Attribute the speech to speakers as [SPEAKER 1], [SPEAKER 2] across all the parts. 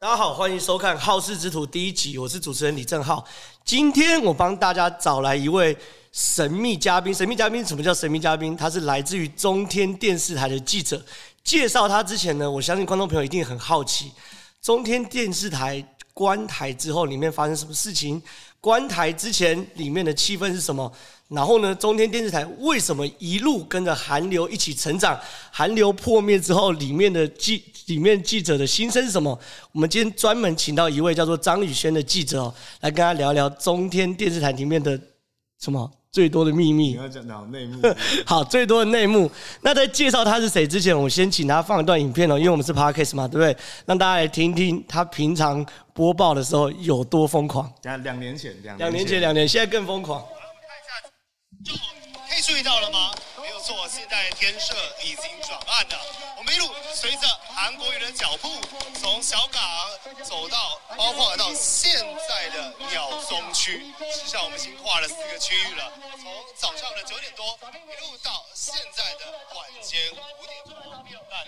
[SPEAKER 1] 大家好，欢迎收看《好事之徒》第一集，我是主持人李正浩。今天我帮大家找来一位神秘嘉宾。神秘嘉宾，什么叫神秘嘉宾？他是来自于中天电视台的记者。介绍他之前呢，我相信观众朋友一定很好奇，中天电视台关台之后里面发生什么事情？关台之前里面的气氛是什么？然后呢，中天电视台为什么一路跟着韩流一起成长？韩流破灭之后，里面的记里面记者的心声是什么？我们今天专门请到一位叫做张宇轩的记者、哦，来跟他聊聊中天电视台里面的什么最多的秘密
[SPEAKER 2] 你。要讲到内 幕，
[SPEAKER 1] 好，最多的内幕。那在介绍他是谁之前，我先请他放一段影片哦，因为我们是 podcast 嘛，对不对？让大家来听听他平常播报的时候有多疯狂。
[SPEAKER 2] 等下两年前，两
[SPEAKER 1] 两年前，两年，现在更疯狂。
[SPEAKER 3] 就可以注意到了吗？没有错，现在天色已经转暗了。我们一路随着韩国瑜的脚步，从小港走到，包括到现在的鸟松区。事实上，我们已经跨了四个区域了，从早上的九点多一路到现在的晚间五点半。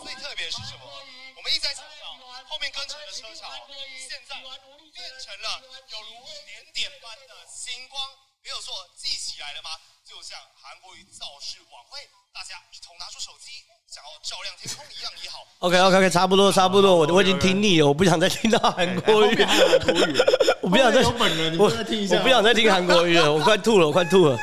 [SPEAKER 3] 最特别是什么？我们一直在吵闹，后面跟着的车潮，现在变成了有如点点般的星光。没有错，记起来了吗？就像韩国瑜造势晚会，大家一同拿出手机，想要照亮天空一样也好。
[SPEAKER 1] OK OK OK，差不多差不多，我我已经听腻了，我不想再听到韩国语
[SPEAKER 2] 哎后面还有韩国语，
[SPEAKER 1] 我不想再
[SPEAKER 2] 后面有本人你
[SPEAKER 1] 我
[SPEAKER 2] 们再听一下
[SPEAKER 1] 我不想再听韩国语 了，我快吐了，我快吐了，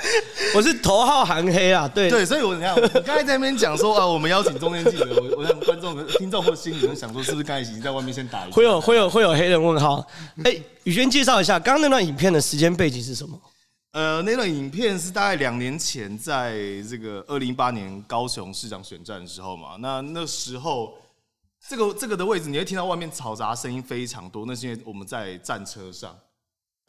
[SPEAKER 1] 我是头号韩黑啊，对
[SPEAKER 2] 对，所以我你看，我刚才在那边讲说啊，我们邀请中间记者，我我让观众、听众或心里面想说，是不是刚才已经在外面先打一
[SPEAKER 1] 会有会有会有黑人问号。哎、宇轩介绍一下，刚刚那段影片的时间背景是什么？
[SPEAKER 2] 呃，那段影片是大概两年前，在这个二零一八年高雄市长选战的时候嘛。那那时候，这个这个的位置，你会听到外面嘈杂声音非常多，那是因为我们在战车上。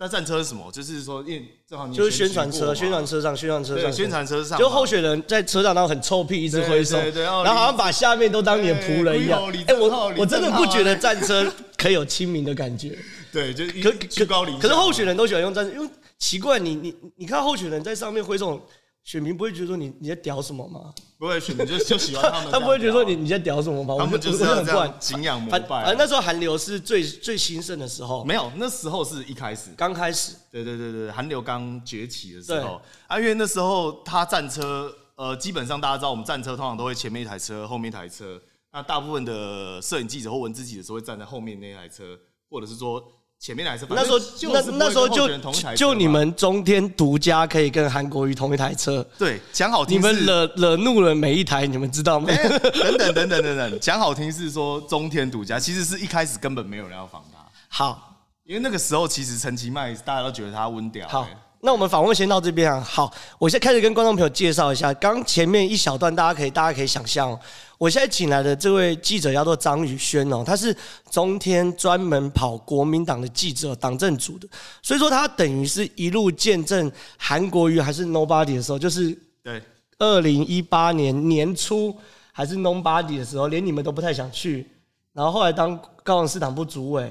[SPEAKER 2] 那战车是什么？就是说，因为正好你以前
[SPEAKER 1] 就是宣传
[SPEAKER 2] 骑过
[SPEAKER 1] 车，
[SPEAKER 2] 嘛
[SPEAKER 1] 宣传车上，宣传车上，
[SPEAKER 2] 对宣传车上嘛，
[SPEAKER 1] 就候选人在车上，然后很臭屁，一直挥手，
[SPEAKER 2] 对对对然后
[SPEAKER 1] 然后好像把下面都当你的仆人一样
[SPEAKER 2] 对。
[SPEAKER 1] 哎，
[SPEAKER 2] 对
[SPEAKER 1] 我我
[SPEAKER 2] 李
[SPEAKER 1] 真
[SPEAKER 2] 正浩
[SPEAKER 1] 的
[SPEAKER 2] 啊
[SPEAKER 1] 不觉得战车可以有亲民的感觉。
[SPEAKER 2] 对，就是一
[SPEAKER 1] 可
[SPEAKER 2] 居高临
[SPEAKER 1] 可可
[SPEAKER 2] 下
[SPEAKER 1] 是候选人都喜欢用战车，因为奇怪，你你你看候选人在上面挥手，选民不会觉得说你你在屌什么吗？
[SPEAKER 2] 不会选，你就就喜啊欢他 们。
[SPEAKER 1] 他不会觉得说你，你在屌什么吗？
[SPEAKER 2] 他们
[SPEAKER 1] 我
[SPEAKER 2] 就是
[SPEAKER 1] 我
[SPEAKER 2] 要
[SPEAKER 1] 很
[SPEAKER 2] 这
[SPEAKER 1] 怪
[SPEAKER 2] 样敬仰膜
[SPEAKER 1] 反
[SPEAKER 2] 拜。啊
[SPEAKER 1] 反正那时候韩流是最最兴盛的时候，
[SPEAKER 2] 没有，那时候是一开始，
[SPEAKER 1] 刚开始。
[SPEAKER 2] 对对对对，韩流刚崛起的时候，啊，因为那时候他战车，呃，基本上大家知道，我们战车通常都会前面一台车，后面一台车，那大部分的摄影记者或文字记者是会站在后面那台车，或者是说前面那台车。
[SPEAKER 1] 那时候
[SPEAKER 2] 反正
[SPEAKER 1] 那
[SPEAKER 2] 就是不会
[SPEAKER 1] 那时候
[SPEAKER 2] 跟
[SPEAKER 1] 就
[SPEAKER 2] 候选人同一台车嘛
[SPEAKER 1] 就你们中天独家可以跟韩国瑜同一台车，
[SPEAKER 2] 对讲好听
[SPEAKER 1] 你
[SPEAKER 2] 是，
[SPEAKER 1] 们惹惹怒了每一台，你们知道吗？
[SPEAKER 2] 哎 等等等等等等，讲好听是说中天独家，其实是一开始根本没有人要仿他。
[SPEAKER 1] 好
[SPEAKER 2] 因为那个时候其实陈其迈大家都觉得他温屌、
[SPEAKER 1] 好
[SPEAKER 2] 欸，
[SPEAKER 1] 那我们访问先到这边啊。好，我现在开始跟观众朋友介绍一下，刚前面一小段大家可以大家可以想象、哦，我现在请来的这位记者叫做张宇轩哦，他是中天专门跑国民党的记者，党政组的，所以说他等于是一路见证韩国瑜还是 nobody 的时候，就是
[SPEAKER 2] 对，
[SPEAKER 1] 二零一八年年初还是 Nobody 的时候，连你们都不太想去，然后后来当高雄市党部主委，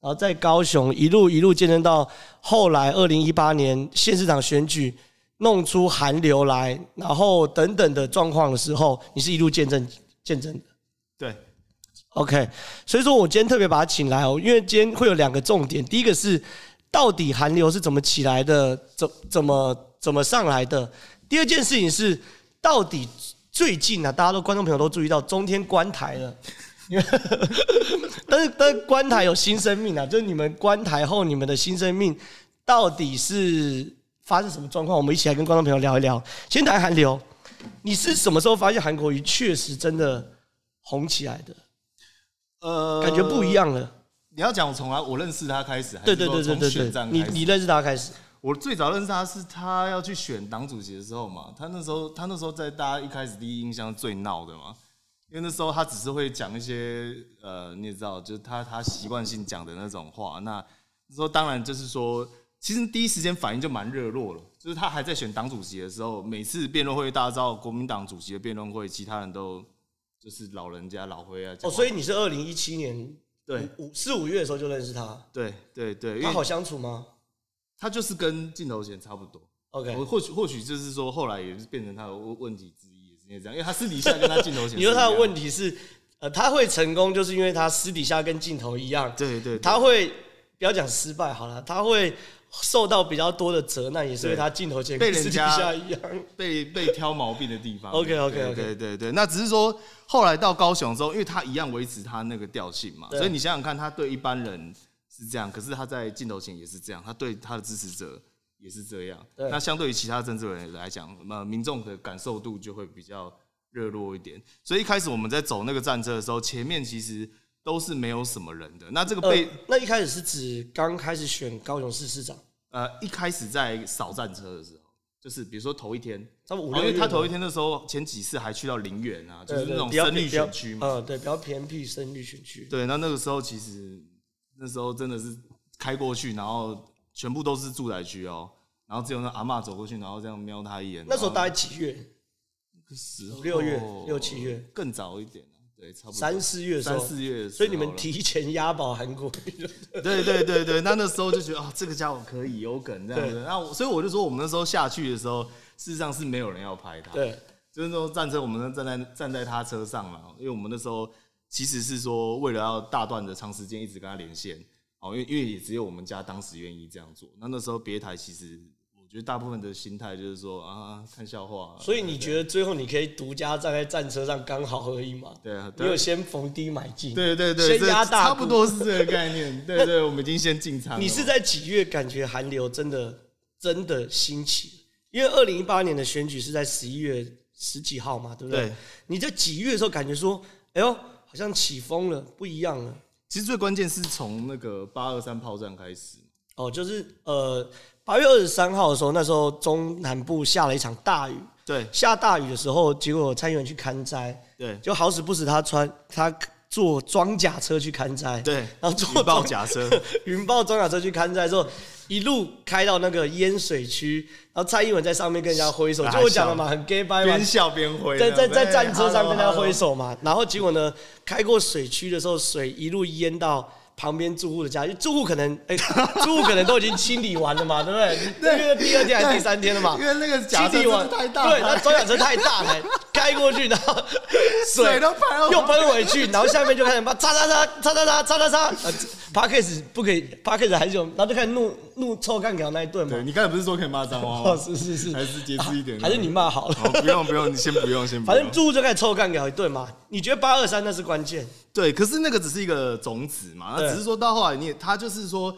[SPEAKER 1] 然后在高雄一路一路见证到后来二零一八年县市长选举弄出寒流来，然后等等的状况的时候，你是一路见证见证的。
[SPEAKER 2] 对，
[SPEAKER 1] OK，所以说我今天特别把他请来哦，因为今天会有两个重点，第一个是到底韩流是怎么起来的，怎怎么怎么上来的；第二件事情是到底最近啊，大家都观众朋友都注意到中天关台了，因为 但是但是关台有新生命啊，就是你们关台后你们的新生命到底是发生什么状况？我们一起来跟观众朋友聊一聊。先谈韩流，你是什么时候发现韩国瑜确实真的红起来的？
[SPEAKER 2] 呃
[SPEAKER 1] 感觉不一。样了。
[SPEAKER 2] 你要讲从来我认识他开始，还
[SPEAKER 1] 呃对
[SPEAKER 2] 是
[SPEAKER 1] 对对对
[SPEAKER 2] 说从
[SPEAKER 1] 对
[SPEAKER 2] 选
[SPEAKER 1] 对，
[SPEAKER 2] 战
[SPEAKER 1] 你
[SPEAKER 2] 开始
[SPEAKER 1] 你认识他开始，
[SPEAKER 2] 我最早认识他是他要去选党主席的时候嘛，他那时候他那时候在大家一开始第一印象最闹的嘛，因为那时候他只是会讲一些呃，你也知道，就是他他习惯性讲的那种话。那那时候当然就是说，其实第一时间反应就蛮热络了，就是他还在选党主席的时候，每次辩论会大家知道国民党主席的辩论会，其他人都就是老人家老灰啊，
[SPEAKER 1] 哦，所以你是二零一七年
[SPEAKER 2] 对
[SPEAKER 1] 五四五月的时候就认识他，
[SPEAKER 2] 对对对，
[SPEAKER 1] 他
[SPEAKER 2] 因
[SPEAKER 1] 好
[SPEAKER 2] 为
[SPEAKER 1] 相处吗
[SPEAKER 2] 他就是跟镜头前差不多。
[SPEAKER 1] ？OK，
[SPEAKER 2] 我或许或许就是 说，后来也是变成他的问问题之一，也是因为这样，因为他私底下跟他镜头前，
[SPEAKER 1] 你说他的问，题是呃，他会成功，就是因为他私底下跟镜头一样，
[SPEAKER 2] 对对对
[SPEAKER 1] 他会不要讲失败好了，他会受到比较多的责难，也是因为
[SPEAKER 2] 对
[SPEAKER 1] 他镜头前
[SPEAKER 2] 被
[SPEAKER 1] 跟
[SPEAKER 2] 人
[SPEAKER 1] 私底
[SPEAKER 2] 家
[SPEAKER 1] 下一样。
[SPEAKER 2] 被被挑毛病的地方。
[SPEAKER 1] OK，OK，OK
[SPEAKER 2] 对对对对，那只是说后来到高雄之后，因为他一样维持他那个调性嘛，
[SPEAKER 1] 对
[SPEAKER 2] 所以你想想看，他对一般人是这样，可是他在镜头前也是这样，他对他的支持者也是这样。
[SPEAKER 1] 对
[SPEAKER 2] 那相对于其他政治人来讲，那民众的感受度就会比较热络一点。所以一开始我们在走那个战车的时候，前面其实都是没有什么人的。那这个
[SPEAKER 1] 呃
[SPEAKER 2] 被、，
[SPEAKER 1] 那一开始是指刚开始选高雄市市长，
[SPEAKER 2] 呃，一开始在扫战车的时候，就是比如说头一天，
[SPEAKER 1] 差不多五
[SPEAKER 2] 哦
[SPEAKER 1] 六
[SPEAKER 2] 因
[SPEAKER 1] 月
[SPEAKER 2] 为
[SPEAKER 1] 嘛。
[SPEAKER 2] 他头一天的时候，前几次还去到林园啊，就是
[SPEAKER 1] 对
[SPEAKER 2] 那种
[SPEAKER 1] 比较
[SPEAKER 2] 深绿
[SPEAKER 1] 比较
[SPEAKER 2] 选区嘛。
[SPEAKER 1] 嗯，对，比较偏僻深绿选区。
[SPEAKER 2] 对，那那个时候其实那时候真的是开过去，然后全部都是住宅区哦，然后只有那阿嬷走过去，然后这样瞄他一眼。
[SPEAKER 1] 那时候大
[SPEAKER 2] 然
[SPEAKER 1] 概
[SPEAKER 2] 后
[SPEAKER 1] 几月？
[SPEAKER 2] 那个时候
[SPEAKER 1] 六月六七月
[SPEAKER 2] 更早一点啊对，差不多
[SPEAKER 1] 三四月的时候
[SPEAKER 2] 三四月的时候了，
[SPEAKER 1] 所以你们提前押宝韩国瑜，
[SPEAKER 2] 对对对对，那那时候就觉得啊、这个家伙可以有梗这样子。那我所以我就说，我们那时候下去的时候，事实上是没有人要拍他。
[SPEAKER 1] 对，
[SPEAKER 2] 就是说战车，我们站在站在他车上嘛，因为我们那时候其实是说为了要大段的长时间一直跟他连线，哦，因为因为也只有我们家当时愿意这样做。那那时候别台其实我觉得大部分的心态就是说啊看笑话，
[SPEAKER 1] 所以你觉得最后你可以独家站在战车上刚好而已嘛？
[SPEAKER 2] 对啊
[SPEAKER 1] 你
[SPEAKER 2] 对啊
[SPEAKER 1] 有先逢低买进，
[SPEAKER 2] 对对对，
[SPEAKER 1] 先压
[SPEAKER 2] 这
[SPEAKER 1] 大股
[SPEAKER 2] 差不。多是这个概 念。对对，我们已经先进场了嘛。
[SPEAKER 1] 你是在几月感觉韩流真的真的兴起？因为二零一八年的选举是在十一月十几号嘛，对不对
[SPEAKER 2] 对？
[SPEAKER 1] 你在几月的时候感觉说，哎呦，好像起风了，不一样了。
[SPEAKER 2] 其实最关键是从那个八二三炮战开始。
[SPEAKER 1] 哦，就是呃，八月二十三号的时候，那时候中南部下了一场大雨，
[SPEAKER 2] 对
[SPEAKER 1] 下大雨的时候，结果参议员去看灾，
[SPEAKER 2] 对
[SPEAKER 1] 就好死不死他穿他坐装甲车去看灾，
[SPEAKER 2] 对，
[SPEAKER 1] 然后坐
[SPEAKER 2] 引 爆假车，
[SPEAKER 1] 云豹装甲车去看灾之后，一路开到那个淹水区，然后蔡英文在上面跟人家挥手，
[SPEAKER 2] 啊
[SPEAKER 1] 就我讲了嘛，很 gay 拜嘛
[SPEAKER 2] 边，笑边挥，
[SPEAKER 1] 在在
[SPEAKER 2] 这样
[SPEAKER 1] 在战车上跟他挥。
[SPEAKER 2] 哎 hello，hello
[SPEAKER 1] 手嘛，然后结果呢，开过水区的时候，水一路淹到旁边住户的家，因为住户可能哎、住户可能都已经清理完了嘛，对不对？那个第二天还是第三天了嘛，
[SPEAKER 2] 因为那个假
[SPEAKER 1] 清理
[SPEAKER 2] 车真的
[SPEAKER 1] 完
[SPEAKER 2] 太大了，
[SPEAKER 1] 对，那装甲车太大了，开过去然后
[SPEAKER 2] 水都喷了
[SPEAKER 1] 又喷回去，然后下面就开始骂叉叉叉叉叉叉叉叉叉，呃 p a r k e s 不可以 p a r k e s 还是有，然后就开始怒怒臭干掉那一顿嘛
[SPEAKER 2] 对，你刚才不是说可以骂脏话
[SPEAKER 1] 哦，
[SPEAKER 2] 吗？
[SPEAKER 1] 是是是，
[SPEAKER 2] 还是节制一点，
[SPEAKER 1] 还是你骂好了。
[SPEAKER 2] 哦。不用不用，你先不用，先不
[SPEAKER 1] 反
[SPEAKER 2] 用。
[SPEAKER 1] 正住户就开始臭干掉一顿嘛。你觉得八二三那是关键？
[SPEAKER 2] 对，可是那个只是一个种子嘛，那
[SPEAKER 1] 对
[SPEAKER 2] 只是说到后来你也，他就是说，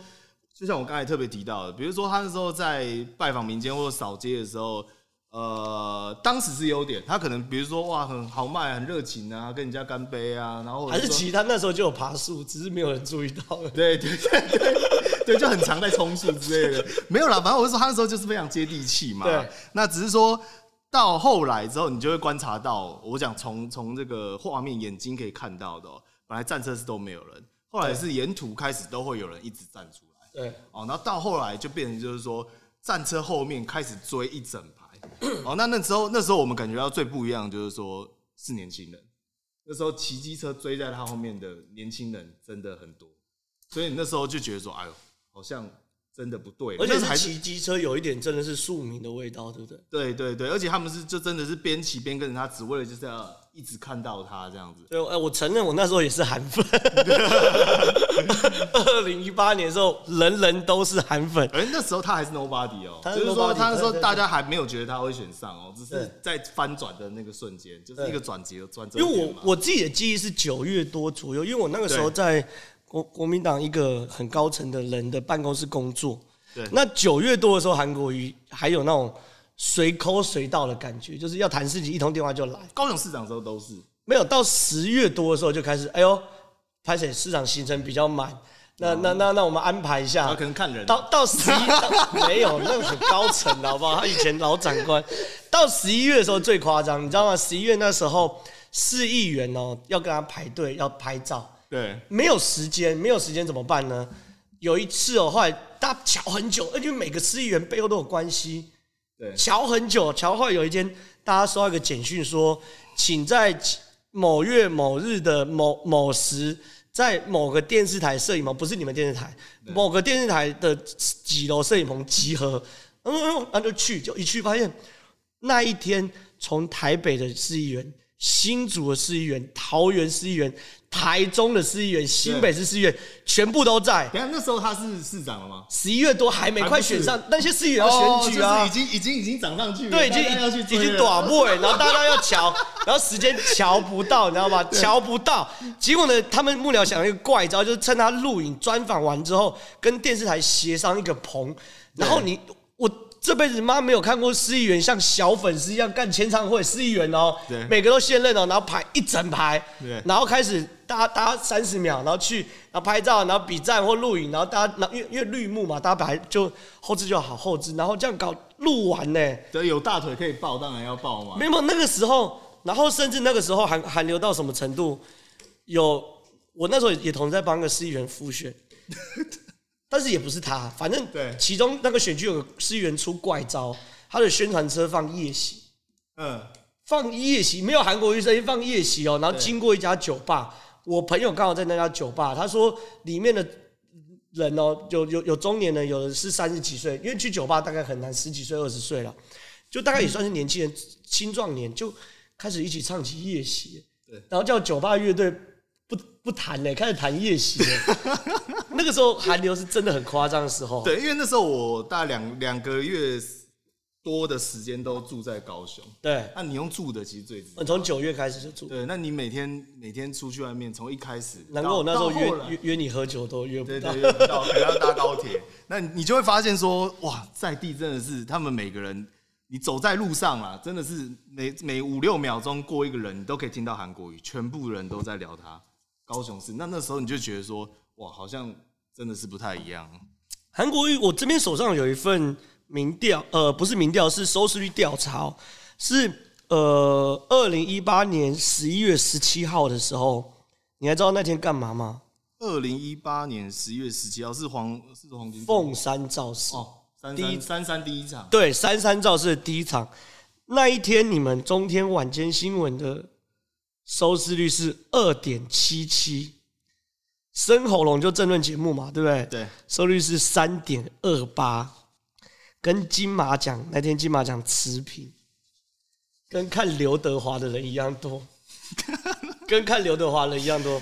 [SPEAKER 2] 就像我刚才特别提到的，比如说他那时候在拜访民间或者扫街的时候，呃，当时是优点，他可能比如说哇很豪迈、很热情啊，跟人家干杯啊，然后或
[SPEAKER 1] 还
[SPEAKER 2] 者
[SPEAKER 1] 是
[SPEAKER 2] 说
[SPEAKER 1] 其实他那时候就有爬树，只是没有人注意到而已。
[SPEAKER 2] 对对对对对，就很常在充数之类的。没有啦，反正我是说他那时候就是非常接地气嘛。
[SPEAKER 1] 对，
[SPEAKER 2] 那只是说到后来之后，你就会观察到，我讲从从这个画面眼睛可以看到的、哦，本来战车是都没有人，后来是沿途开始都会有人一直站出来。
[SPEAKER 1] 对，
[SPEAKER 2] 哦，然后到后来就变成就是说，战车后面开始追一整排。哦，那那时候那时候我们感觉到最不一样的就是说是年轻人，那时候骑机车追在他后面的年轻人真的很多，所以那时候就觉得说，哎呦，好像真的不对了，
[SPEAKER 1] 而且
[SPEAKER 2] 但是还
[SPEAKER 1] 是
[SPEAKER 2] 是
[SPEAKER 1] 骑机车有一点真的是庶民的味道，对不对？
[SPEAKER 2] 对对对，而且他们是就真的是边骑边跟着他，只为了就是要一直看到他这样子。
[SPEAKER 1] 对，哎，我承认我那时候也是韩粉。 二零一八年的时候，人人都是韩粉。
[SPEAKER 2] 而那时候他还是 nobody 哦，
[SPEAKER 1] 他是
[SPEAKER 2] 就是说
[SPEAKER 1] nobody，
[SPEAKER 2] 他那时候
[SPEAKER 1] 对对对
[SPEAKER 2] 大家还没有觉得他会选上哦，只是
[SPEAKER 1] 对
[SPEAKER 2] 在翻转的那个瞬间，就是一个
[SPEAKER 1] 对
[SPEAKER 2] 转折转折
[SPEAKER 1] 因
[SPEAKER 2] 点
[SPEAKER 1] 为
[SPEAKER 2] 嘛。
[SPEAKER 1] 我我自己的记忆是九月多左右，因为我那个时候
[SPEAKER 2] 对
[SPEAKER 1] 在国国民党一个很高层的人的办公室工作。
[SPEAKER 2] 对
[SPEAKER 1] 那九月多的时候，韩国瑜还有那种随抠随到的感觉，就是要谈事情一通电话就来。
[SPEAKER 2] 高雄市长的时候都是，
[SPEAKER 1] 没有到十月多的时候就开始，哎呦，拍水市场行程比较满，那那那那我们安排一下
[SPEAKER 2] 啊，哦可能看人
[SPEAKER 1] 到到 十一没有，那个很高层的好不好？他以前老长官，到十一月的时候最夸张，你知道吗？十一月那时候市议员哦要跟他排队要拍照，
[SPEAKER 2] 对
[SPEAKER 1] 没有时间，没有时间怎么办呢？有一次哦，后来大家瞧很久，而且每个市议员背后都有关系，
[SPEAKER 2] 对
[SPEAKER 1] 瞧很久，瞧后来有一天，大家收到一个简讯说，请在某月某日的某某时，在某个电视台摄影棚，不是你们电视台，某个电视台的几楼摄影棚集合，嗯，嗯嗯然后就去，就一去发现那一天从台北的市议员新竹的市议员、桃园市议员、台中的市议员、新北市市议员，全部都在。
[SPEAKER 2] 等一下那时候他是市长了吗？
[SPEAKER 1] 十一月多还没
[SPEAKER 2] 还不
[SPEAKER 1] 快
[SPEAKER 2] 是
[SPEAKER 1] 选上，那些市议员要选举啊，
[SPEAKER 2] 哦就是已经已经已经涨上去了，
[SPEAKER 1] 对，已经
[SPEAKER 2] 大家要去
[SPEAKER 1] 已
[SPEAKER 2] 追
[SPEAKER 1] 经
[SPEAKER 2] 了
[SPEAKER 1] 已经啊短末了，然后大家要 瞧，然后时间瞧不到，你知道吗？瞧不到，结果呢，他们幕僚想了一个怪招，就是趁他录影专访完之后，跟电视台协商一个棚，然后你我。这辈子妈没有看过市议员像小粉丝一样干签唱会，市议员哦
[SPEAKER 2] 对，
[SPEAKER 1] 每个都现任哦，然后排一整排
[SPEAKER 2] 对，
[SPEAKER 1] 然后开始大家大家三十秒，然后去然后拍照，然后比赞或录影，然后大家，然后因为因为绿幕嘛，大家本来就后置就好后置，然后这样搞录完呢，
[SPEAKER 2] 对，有大腿可以抱，当然要抱嘛。
[SPEAKER 1] 没有那个时候，然后甚至那个时候韩韩流到什么程度？有我那时候也同时在帮个市议员复选，但是也不是他，反正
[SPEAKER 2] 对
[SPEAKER 1] 其中那个选区有个市议员出怪招，他的宣传车放夜袭，
[SPEAKER 2] 嗯，
[SPEAKER 1] 放夜袭没有韩国医生放夜袭哦，然后
[SPEAKER 2] 对
[SPEAKER 1] 经过一家酒吧，我朋友刚好在那家酒吧，他说里面的。人哦，有有有中年人，有的是三十几岁，因为去酒吧大概很难十几岁、二十岁了，就大概也算是年轻人、青壮年，就开始一起唱起夜袭，然后叫酒吧乐队不不弹嘞，开始弹夜袭 了。那个时候韩流是真的很夸张的时候，
[SPEAKER 2] 对，因为那时候我大概两两个月多的时间都住在高雄，
[SPEAKER 1] 对，
[SPEAKER 2] 那你用住的其实最值
[SPEAKER 1] 我。从九月开始就住，
[SPEAKER 2] 对，那你每天每天出去外面，从一开始，
[SPEAKER 1] 难怪我那时候
[SPEAKER 2] 到后来
[SPEAKER 1] 约约约你喝酒都约不
[SPEAKER 2] 对
[SPEAKER 1] 到
[SPEAKER 2] 对，对，到可能要搭高铁，那你就会发现说，哇，在地真的是他们每个人，你走在路上啊，真的是每每五六秒钟过一个人，你都可以听到韩国语，全部人都在聊他高雄市。那那时候你就觉得说，哇，好像真的是不太一样。
[SPEAKER 1] 韩国瑜，我这边手上有一份民调，呃，不是民调，是收视率调查哦，是呃，二零一八年十一月十七号的时候，你还知道那天干嘛吗？
[SPEAKER 2] 二零一八年十月十七号是黄是黄金
[SPEAKER 1] 凤山造势
[SPEAKER 2] 哦，三
[SPEAKER 1] 第一
[SPEAKER 2] 三三三第一场，
[SPEAKER 1] 对，三三造势的第一场那一天，你们中天晚间新闻的收视率是二点七七，生喉咙就政论节目嘛，对不对？
[SPEAKER 2] 对，
[SPEAKER 1] 收率是三点二八，跟金马奖那天金马奖持平，跟看刘德华的人一样多，跟看刘德华的人一样多。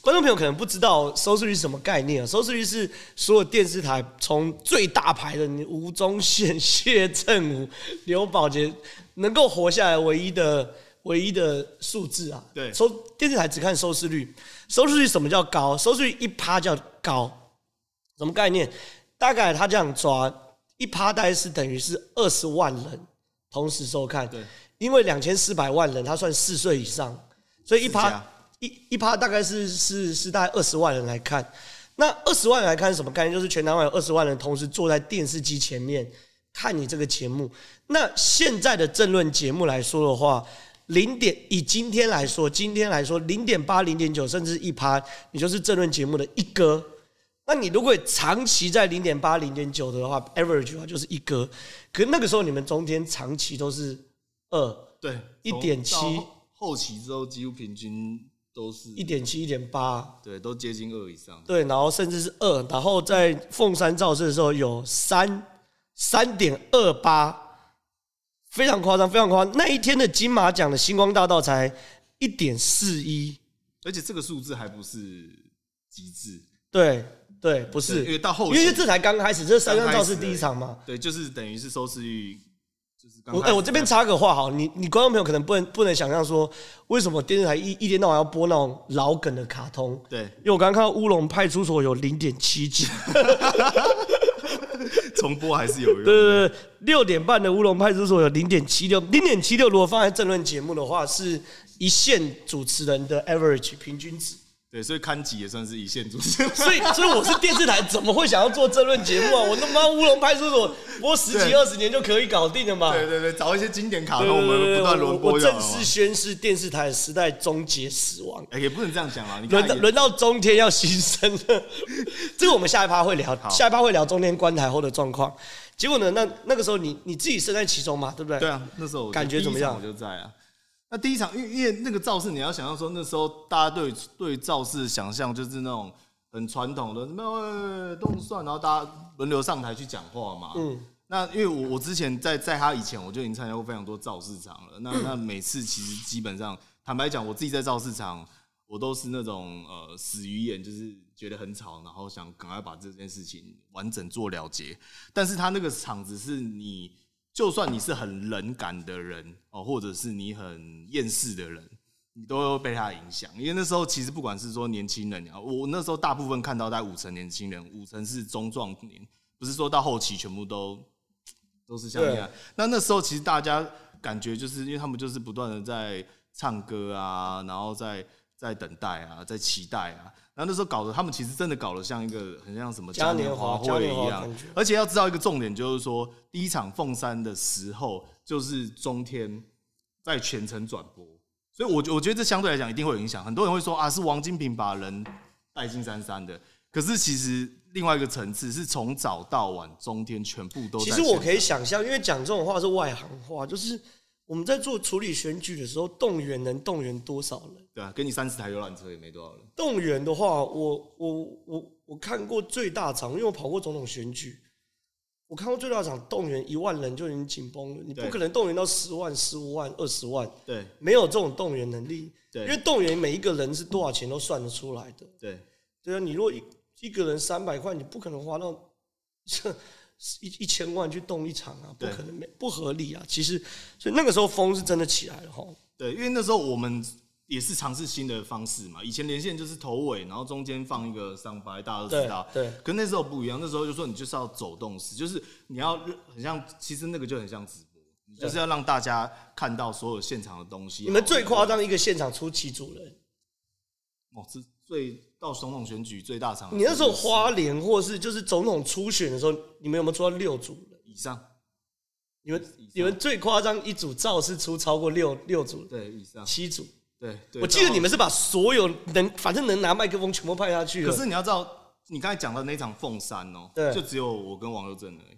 [SPEAKER 1] 观众朋友可能不知道收视率是什么概念啊？收视率是所有电视台从最大牌的吴宗宪、谢振武、刘宝杰能够活下来唯一的唯一的数字啊。
[SPEAKER 2] 对
[SPEAKER 1] 收电视台只看收视率，收视率什么叫高？收视率一趴叫高，什么概念？大概他这样抓一趴，大概是等于是二十万人同时收看。
[SPEAKER 2] 对，
[SPEAKER 1] 因为两千四百万人，他算四岁以上，所以一趴
[SPEAKER 2] 加
[SPEAKER 1] 一一趴大概是是是大概二十万人来看。那二十万人来看是什么概念？就是全台湾有二十万人同时坐在电视机前面看你这个节目。那现在的政论节目来说的话，零点以今天来说，今天来说零点八、零点九甚至一趴，你就是政论节目的一哥。那你如果长期在零点八、零点九的话，average 的话就是一哥。可是那个时候你们中间长期都是二、
[SPEAKER 2] 对，
[SPEAKER 1] 1.7
[SPEAKER 2] 从到后期之后几乎平均都是
[SPEAKER 1] 一点七、一点八，
[SPEAKER 2] 对，都接近二以上。
[SPEAKER 1] 对，然后甚至是二，然后在凤山造势的时候有三三点二八，非常夸张，非常夸张。那一天的金马奖的星光大道才一点四一，
[SPEAKER 2] 而且这个数字还不是极致，
[SPEAKER 1] 对对，不
[SPEAKER 2] 对
[SPEAKER 1] 是，
[SPEAKER 2] 因为到后
[SPEAKER 1] 因
[SPEAKER 2] 期
[SPEAKER 1] 为这才刚开始，这三张
[SPEAKER 2] 刚开
[SPEAKER 1] 照
[SPEAKER 2] 始
[SPEAKER 1] 是第一场嘛。
[SPEAKER 2] 对，就是等于是收视率，就是刚
[SPEAKER 1] 我哎、
[SPEAKER 2] 开始
[SPEAKER 1] 我这边插个话好，你你观众朋友可能不能不能想象说，为什么电视台一一天到晚要播那种老梗的卡通？
[SPEAKER 2] 对
[SPEAKER 1] 因为我刚刚看到《乌龙派出所》有零点七集，
[SPEAKER 2] 重播还是有用
[SPEAKER 1] 对
[SPEAKER 2] 的，
[SPEAKER 1] 对对，呃六点半的《乌龙派出所》有零点七六，零点七六如果放在政论节目的话，是一线主持人的 average 平均值。
[SPEAKER 2] 对，所以看集也算是一线主持。
[SPEAKER 1] 所以，所以我是电视台，怎么会想要做政论节目啊？我他妈乌龙派出所播十几
[SPEAKER 2] 对
[SPEAKER 1] 二十年就可以搞定了嘛？
[SPEAKER 2] 对对对，找一些经典卡通，
[SPEAKER 1] 对
[SPEAKER 2] 我
[SPEAKER 1] 对
[SPEAKER 2] 们
[SPEAKER 1] 对
[SPEAKER 2] 不断轮
[SPEAKER 1] 呃我
[SPEAKER 2] 播啊
[SPEAKER 1] 我
[SPEAKER 2] 就好
[SPEAKER 1] 正
[SPEAKER 2] 了嘛
[SPEAKER 1] 式宣誓电视台的时代终结死亡。
[SPEAKER 2] 哎，也不能这样讲啊！你看
[SPEAKER 1] 轮
[SPEAKER 2] 也，
[SPEAKER 1] 到轮到中天要牺牲了， 这个我们下一趴会聊，下一趴会聊中天观台后的状况。结果呢，那那个时候你你自己身在其中嘛，对不对？
[SPEAKER 2] 对啊，那时候我就
[SPEAKER 1] 感觉怎么样
[SPEAKER 2] 第一场我就在啊。那第一场，因为因为那个造势，你要想象说那时候大家对对造势的想象就是那哎种很传统的，没有动算，然后大家轮流上台去讲话嘛。嗯。那因为我我之前在在他以前我就已经参加过非常多造市场了，
[SPEAKER 1] 嗯
[SPEAKER 2] 那那每次其实基本上坦白讲，我自己在造市场，我都是那种呃死鱼眼，就是觉得很吵，然后想赶快把这件事情完整做了结。但是他那个场子是你，就算你是很冷感的人哦，或者是你很厌世的人，你都会被他影响。因为那时候其实不管是说年轻人啊，我那时候大部分看到大概五成年轻人，五成是中壮年，不是说到后期全部都都是像那样。那那时候其实大家感觉就是因为他们就是不断的在唱歌啊，然后在在等待啊，在期待啊。然后那时候搞得他们其实真的搞得像一个很像什么
[SPEAKER 1] 嘉
[SPEAKER 2] 嘉
[SPEAKER 1] 年
[SPEAKER 2] 年
[SPEAKER 1] 华
[SPEAKER 2] 华
[SPEAKER 1] 嘉
[SPEAKER 2] 会
[SPEAKER 1] 年华
[SPEAKER 2] 一样
[SPEAKER 1] 感觉，
[SPEAKER 2] 而且要知道一个重点，就是说第一场凤山的时候，就是中天在全程转播，所以我我觉得这相对来讲一定会有影响。很多人会说啊，是王金平把人带进三三的，可是其实另外一个层次是从早到晚，中天全部都在
[SPEAKER 1] 其
[SPEAKER 2] 现
[SPEAKER 1] 实
[SPEAKER 2] 场。
[SPEAKER 1] 我可以想象，因为讲这种话是外行话，就是我们在做处理选举的时候，动员能动员多少人？
[SPEAKER 2] 对啊，给你三十台游览车也没多少人。
[SPEAKER 1] 动员的话，我我我我看过最大场，因为我跑过总统选举，我看过最大场动员一万人就已经紧绷了，你不
[SPEAKER 2] 对
[SPEAKER 1] 可能动员到十万、十五万、二十万，
[SPEAKER 2] 对
[SPEAKER 1] 没有这种动员能力。
[SPEAKER 2] 对
[SPEAKER 1] 因为动员每一个人是多少钱都算得出来的。
[SPEAKER 2] 对
[SPEAKER 1] 对啊，你如果一一个人三百块，你不可能花到一一千万去动一场啊，不
[SPEAKER 2] 对
[SPEAKER 1] 可能，没不合理啊。其实，所以那个时候风是真的起来了哈。
[SPEAKER 2] 对，因为那时候我们也是尝试新的方式嘛。以前连线就是头尾，然后中间放一个上白，大家都知道。
[SPEAKER 1] 对对
[SPEAKER 2] 可那时候不一样，那时候就说你就是要走动式，就是你要很像，其实那个就很像直播，你就是要让大家看到所有现场的东西。
[SPEAKER 1] 你们最夸张一个现场出七组人，
[SPEAKER 2] 哦，是最到总统选举最大场的。
[SPEAKER 1] 你那时候花莲或是就是总统初选的时候，你们有没有出到六组人？
[SPEAKER 2] 以上，
[SPEAKER 1] 你们
[SPEAKER 2] 以上
[SPEAKER 1] 你们最夸张一组造是出超过六六组人，
[SPEAKER 2] 对以上，
[SPEAKER 1] 七组。
[SPEAKER 2] 对对。
[SPEAKER 1] 我记得你们是把所有能反正能拿麦克风全部派下去
[SPEAKER 2] 可
[SPEAKER 1] 了。
[SPEAKER 2] 是你要知道，你刚才讲的那场凤山哦、
[SPEAKER 1] 对
[SPEAKER 2] 就只有我跟王佑正而已。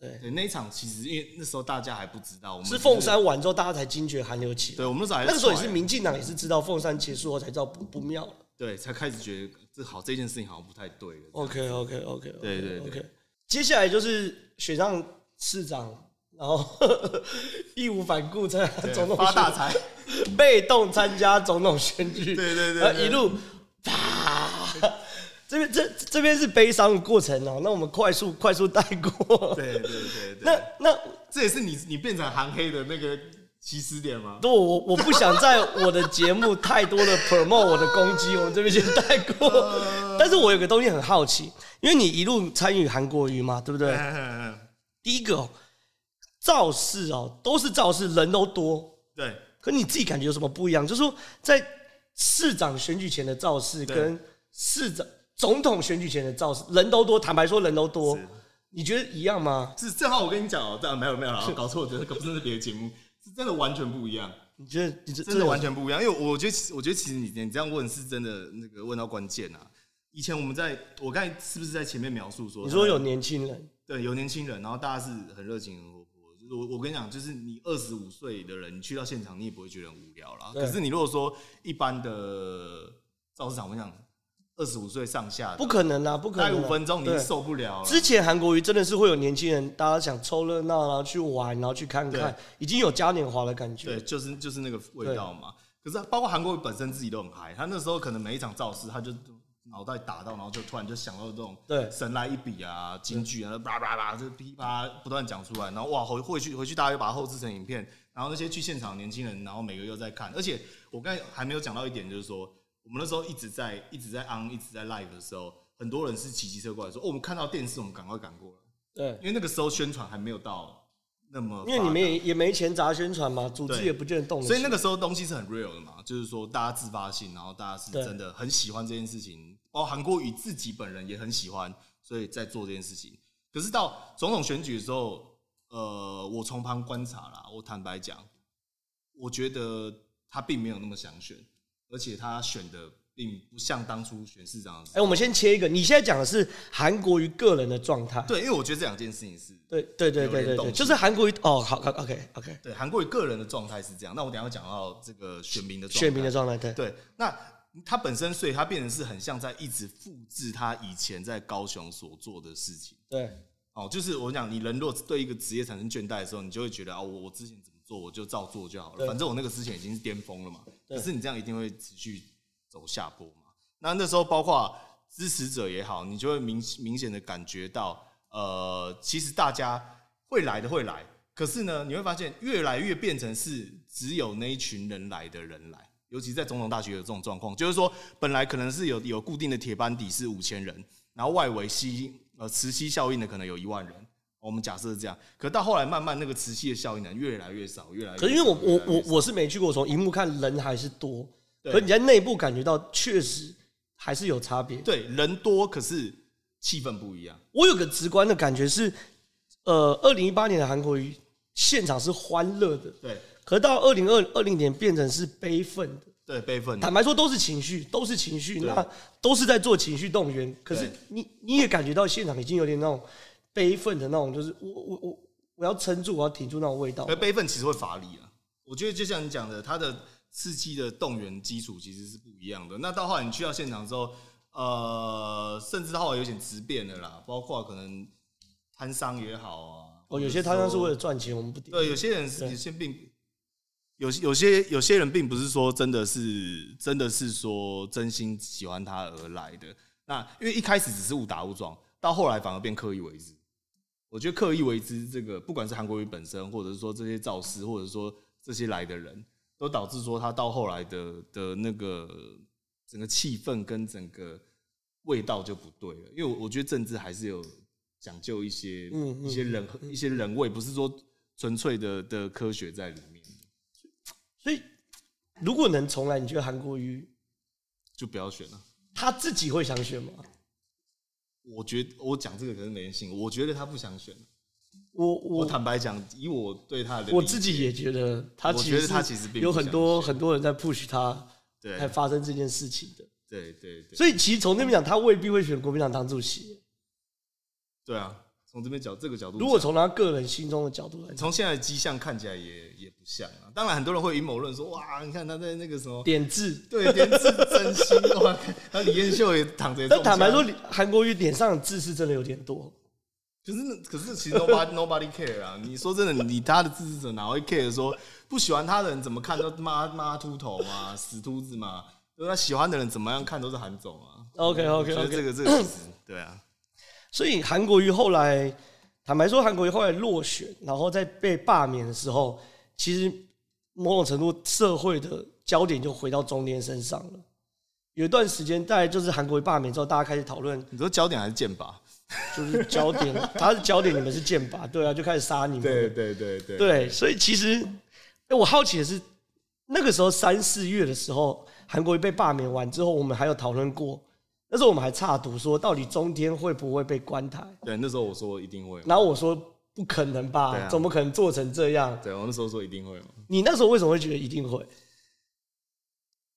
[SPEAKER 1] 对
[SPEAKER 2] 对，那一场其实因为那时候大家还不知道，我们
[SPEAKER 1] 是
[SPEAKER 2] 只
[SPEAKER 1] 凤，山完之后，大家才惊觉寒流起来
[SPEAKER 2] 对，。我们那时候还啊
[SPEAKER 1] 那个时候也
[SPEAKER 2] 踹
[SPEAKER 1] 是民进党也是知道凤山结束后才知道不不妙了。
[SPEAKER 2] 对，才开始觉得这好这件事情好像不太对了。
[SPEAKER 1] OK OK OK，
[SPEAKER 2] 对对对
[SPEAKER 1] OK，接下来就是选上市长，然后义无反顾参加
[SPEAKER 2] 对
[SPEAKER 1] 总统
[SPEAKER 2] 发大
[SPEAKER 1] 选
[SPEAKER 2] 财，
[SPEAKER 1] 举，被动参加总统选举，
[SPEAKER 2] 对 对对
[SPEAKER 1] 然后
[SPEAKER 2] 对
[SPEAKER 1] 一路啪。 这边这这边是悲伤的过程哦、那我们快速快速带过。
[SPEAKER 2] 对对对对，
[SPEAKER 1] 那那
[SPEAKER 2] 这也是你你变成韩黑的那个起始点吗？
[SPEAKER 1] 我我我不想在我的节目太多的 promote 我的攻击，我们这边先带过。 但是我有个东西很好奇，因为你一路参与韩国瑜嘛，对不对？第一个、哦，造势哦，都是造势，人都多，
[SPEAKER 2] 对，
[SPEAKER 1] 可你自己感觉有什么不一样？就是说，在市长选举前的造势
[SPEAKER 2] 对
[SPEAKER 1] 跟市长总统选举前的造势，人都多，坦白说人都多
[SPEAKER 2] 是，
[SPEAKER 1] 你觉得一样吗？
[SPEAKER 2] 是正好我跟你讲哦，这样没有没有啦，搞错，我觉得可不是别的节目，是真的完全不一样。
[SPEAKER 1] 你觉得你这
[SPEAKER 2] 真的完全不一样。因为我觉得其实，我觉得其实你你这样问是真的，那个问到关键啊。以前我们在，我刚才是不是在前面描述说，
[SPEAKER 1] 你说有年轻人，
[SPEAKER 2] 对有年轻人，然后大家是很热情、很活泼。就是我我跟你讲，就是你二十五岁的人，你去到现场，你也不会觉得很无聊啦。
[SPEAKER 1] 对
[SPEAKER 2] 可是你如果说一般的造市场，我想二十五岁上下的，
[SPEAKER 1] 不可能啊，不可能
[SPEAKER 2] 待
[SPEAKER 1] 啊、
[SPEAKER 2] 五分钟你啊
[SPEAKER 1] 对
[SPEAKER 2] 是受不了了。
[SPEAKER 1] 之前韩国瑜真的是会有年轻人，大家想凑热闹，然后去玩，然后去看看
[SPEAKER 2] 对，
[SPEAKER 1] 已经有嘉年华的感觉
[SPEAKER 2] 对，。就是就是那个味道嘛。可是包括韩国本身自己都很嗨，他那时候可能每一场造势，他就脑袋打到，然后就突然就想到这种
[SPEAKER 1] 对
[SPEAKER 2] 神来一笔啊，金句啊，叭叭叭，就噼啪不断讲出来，然后哇回回去回去大家又把它后制成影片，然后那些去现场的年轻人，然后每个又在看，而且我刚才还没有讲到一点，就是说我们那时候一直在一直在 on 一直在 live 的时候，很多人是骑机车过来说，哦，我们看到电视，我们赶快赶过来，
[SPEAKER 1] 对，
[SPEAKER 2] 因为那个时候宣传还没有到那么发达，
[SPEAKER 1] 因为你们也也没钱砸宣传嘛，组织
[SPEAKER 2] 对
[SPEAKER 1] 也不见得动得起。
[SPEAKER 2] 所以那个时候东西是很 real 的嘛，就是说大家自发性，然后大家是
[SPEAKER 1] 对
[SPEAKER 2] 真的很喜欢这件事情，包括韩国瑜自己本人也很喜欢，所以在做这件事情。可是到总统选举的时候，呃，我从旁观察啦，我坦白讲，我觉得他并没有那么想选，而且他选的并不像当初选市长的时
[SPEAKER 1] 哎，
[SPEAKER 2] 候。
[SPEAKER 1] 我们先切一个，你现在讲的是韩国瑜个人的状态。
[SPEAKER 2] 对，因为我觉得这两件事情是
[SPEAKER 1] 对对对
[SPEAKER 2] 有
[SPEAKER 1] 对对
[SPEAKER 2] 点动
[SPEAKER 1] 对，
[SPEAKER 2] 机
[SPEAKER 1] 就是韩国瑜哦，好好，OK OK，
[SPEAKER 2] 对韩国瑜个人的状态是这样。那我等一下会讲到这个选民的状态
[SPEAKER 1] 选民的状态对。
[SPEAKER 2] 对，那他本身，所以他变成是很像在一直复制他以前在高雄所做的事情。
[SPEAKER 1] 对，
[SPEAKER 2] 哦，就是我讲，你人若对一个职业产生倦怠的时候，你就会觉得啊，我我之前怎么做，我就照做就好了，
[SPEAKER 1] 对
[SPEAKER 2] 反正我那个之前已经是巅峰了嘛。
[SPEAKER 1] 对
[SPEAKER 2] 可是你这样一定会持续走下坡嘛。那那时候包括支持者也好，你就会明明显的感觉到，呃，其实大家会来的会来，可是呢，你会发现越来越变成是只有那一群人来的人来。尤其在总统大学有这种状况，就是说本来可能是有有固定的铁班底是五千人，然后外围吸呃磁吸效应的可能有一万人，我们假设是这样。可到后来慢慢那个磁吸的效应呢越来越少，越来越少
[SPEAKER 1] 可是因为我
[SPEAKER 2] 越
[SPEAKER 1] 我
[SPEAKER 2] 来越
[SPEAKER 1] 我
[SPEAKER 2] 少
[SPEAKER 1] 我是没去过，从荧幕看人还是多，
[SPEAKER 2] 对
[SPEAKER 1] 可你在内部感觉到确实还是有差别。
[SPEAKER 2] 对人多，可是气氛不一样。
[SPEAKER 1] 我有个直观的感觉是，呃，二零一八年的韩国瑜现场是欢乐的，
[SPEAKER 2] 对
[SPEAKER 1] 可到二零二二零年变成是悲愤的。
[SPEAKER 2] 对，悲愤
[SPEAKER 1] 坦白说，都是情绪，都是情绪，
[SPEAKER 2] 对
[SPEAKER 1] 那都是在做情绪动员。可是
[SPEAKER 2] 对
[SPEAKER 1] 你你也感觉到现场已经有点那种悲愤的那种，就是我我我我要撑住，我要挺住那种味道
[SPEAKER 2] 而。悲愤其实会乏力啊。我觉得就像你讲的，它的刺激的动员基础其实是不一样的。那到后来你去到现场之后，呃，甚至到后来有点质变的啦，包括可能摊商也好啊，
[SPEAKER 1] 哦，有些他像是为了赚钱，我们不顶。
[SPEAKER 2] 对，有些人是有些并有些有些有些人并不是说真的是真的是说真心喜欢他而来的。那因为一开始只是误打误撞，到后来反而变刻意为之。我觉得刻意为之这个，不管是韩国瑜本身，或者是说这些造势，或者说这些来的人，都导致说他到后来的的那个整个气氛跟整个味道就不对了。因为我我觉得政治还是有讲究一些
[SPEAKER 1] 嗯嗯
[SPEAKER 2] 一些人一些人味，不是说纯粹的的科学在里面，
[SPEAKER 1] 所以如果能重来，你觉得韩国瑜
[SPEAKER 2] 就不要选了。
[SPEAKER 1] 他自己会想选吗？
[SPEAKER 2] 我觉得我讲这个可能没人信，我觉得他不想选。
[SPEAKER 1] 我
[SPEAKER 2] 我
[SPEAKER 1] 我
[SPEAKER 2] 坦白讲，以我对他的理解
[SPEAKER 1] 我自己也觉得他
[SPEAKER 2] 我
[SPEAKER 1] 其
[SPEAKER 2] 觉
[SPEAKER 1] 实
[SPEAKER 2] 得他
[SPEAKER 1] 是
[SPEAKER 2] 其实并不
[SPEAKER 1] 有很多
[SPEAKER 2] 想选
[SPEAKER 1] 很多人在 push 他，
[SPEAKER 2] 对
[SPEAKER 1] 才发生这件事情的。
[SPEAKER 2] 对对对
[SPEAKER 1] 所以其实从那边讲，他未必会选国民党当主席。
[SPEAKER 2] 对啊，从这边角这个角度讲，
[SPEAKER 1] 如果从他个人心中的角度来讲，
[SPEAKER 2] 从现在的迹象看起来也也不像啊。当然，很多人会阴谋论说，哇，你看他在那个什么，
[SPEAKER 1] 点痣。
[SPEAKER 2] 对，连是真心哇，他李彦秀也躺着也中
[SPEAKER 1] 但
[SPEAKER 2] 枪。啊
[SPEAKER 1] 坦白说，韩国瑜脸上的痣是真的有点多。
[SPEAKER 2] 可是可是其实 nobody nobody care 啊。你说真的，你他的支持者哪会 care 说不喜欢他的人怎么看都妈妈秃头嘛，死秃子嘛。对他喜欢的人怎么样看都是韩总啊。
[SPEAKER 1] OK
[SPEAKER 2] 我
[SPEAKER 1] OK
[SPEAKER 2] 觉得这
[SPEAKER 1] OK。
[SPEAKER 2] 个这个其实对啊，
[SPEAKER 1] 所以韩国瑜后来，坦白说，韩国瑜后来落选，然后在被罢免的时候，其实某种程度社会的焦点就回到中天身上了。有一段时间，大概就是韩国瑜罢免之后，大家开始讨论，
[SPEAKER 2] 你说焦点还是剑拔？
[SPEAKER 1] 就是焦点， 他是焦点，你们是剑拔，对啊，就开始杀你们。
[SPEAKER 2] 对对对
[SPEAKER 1] 对，所以其实，哎，我好奇的是，那个时候三四月的时候，韩国瑜被罢免完之后，我们还有讨论过，那时候我们还差赌说，到底中天会不会被关台？
[SPEAKER 2] 对，那时候我说一定会嘛，
[SPEAKER 1] 然后我说不可能吧，
[SPEAKER 2] 对啊
[SPEAKER 1] 怎么可能做成这样？
[SPEAKER 2] 对我那时候说一定会嘛。
[SPEAKER 1] 你那时候为什么会觉得一定会？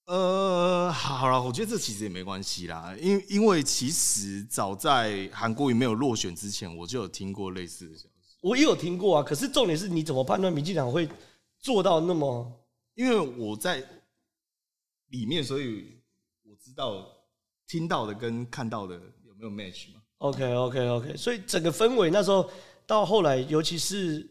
[SPEAKER 2] 呃，好了，我觉得这其实也没关系啦，因因为其实早在韩国瑜没有落选之前，我就有听过类似的消息。
[SPEAKER 1] 我也有听过啊，可是重点是你怎么判断民进党会做到那么？
[SPEAKER 2] 因为我在里面，所以我知道听到的跟看到的有没有 match 嘛。
[SPEAKER 1] OK OK OK，所以整个氛围那时候到后来，尤其是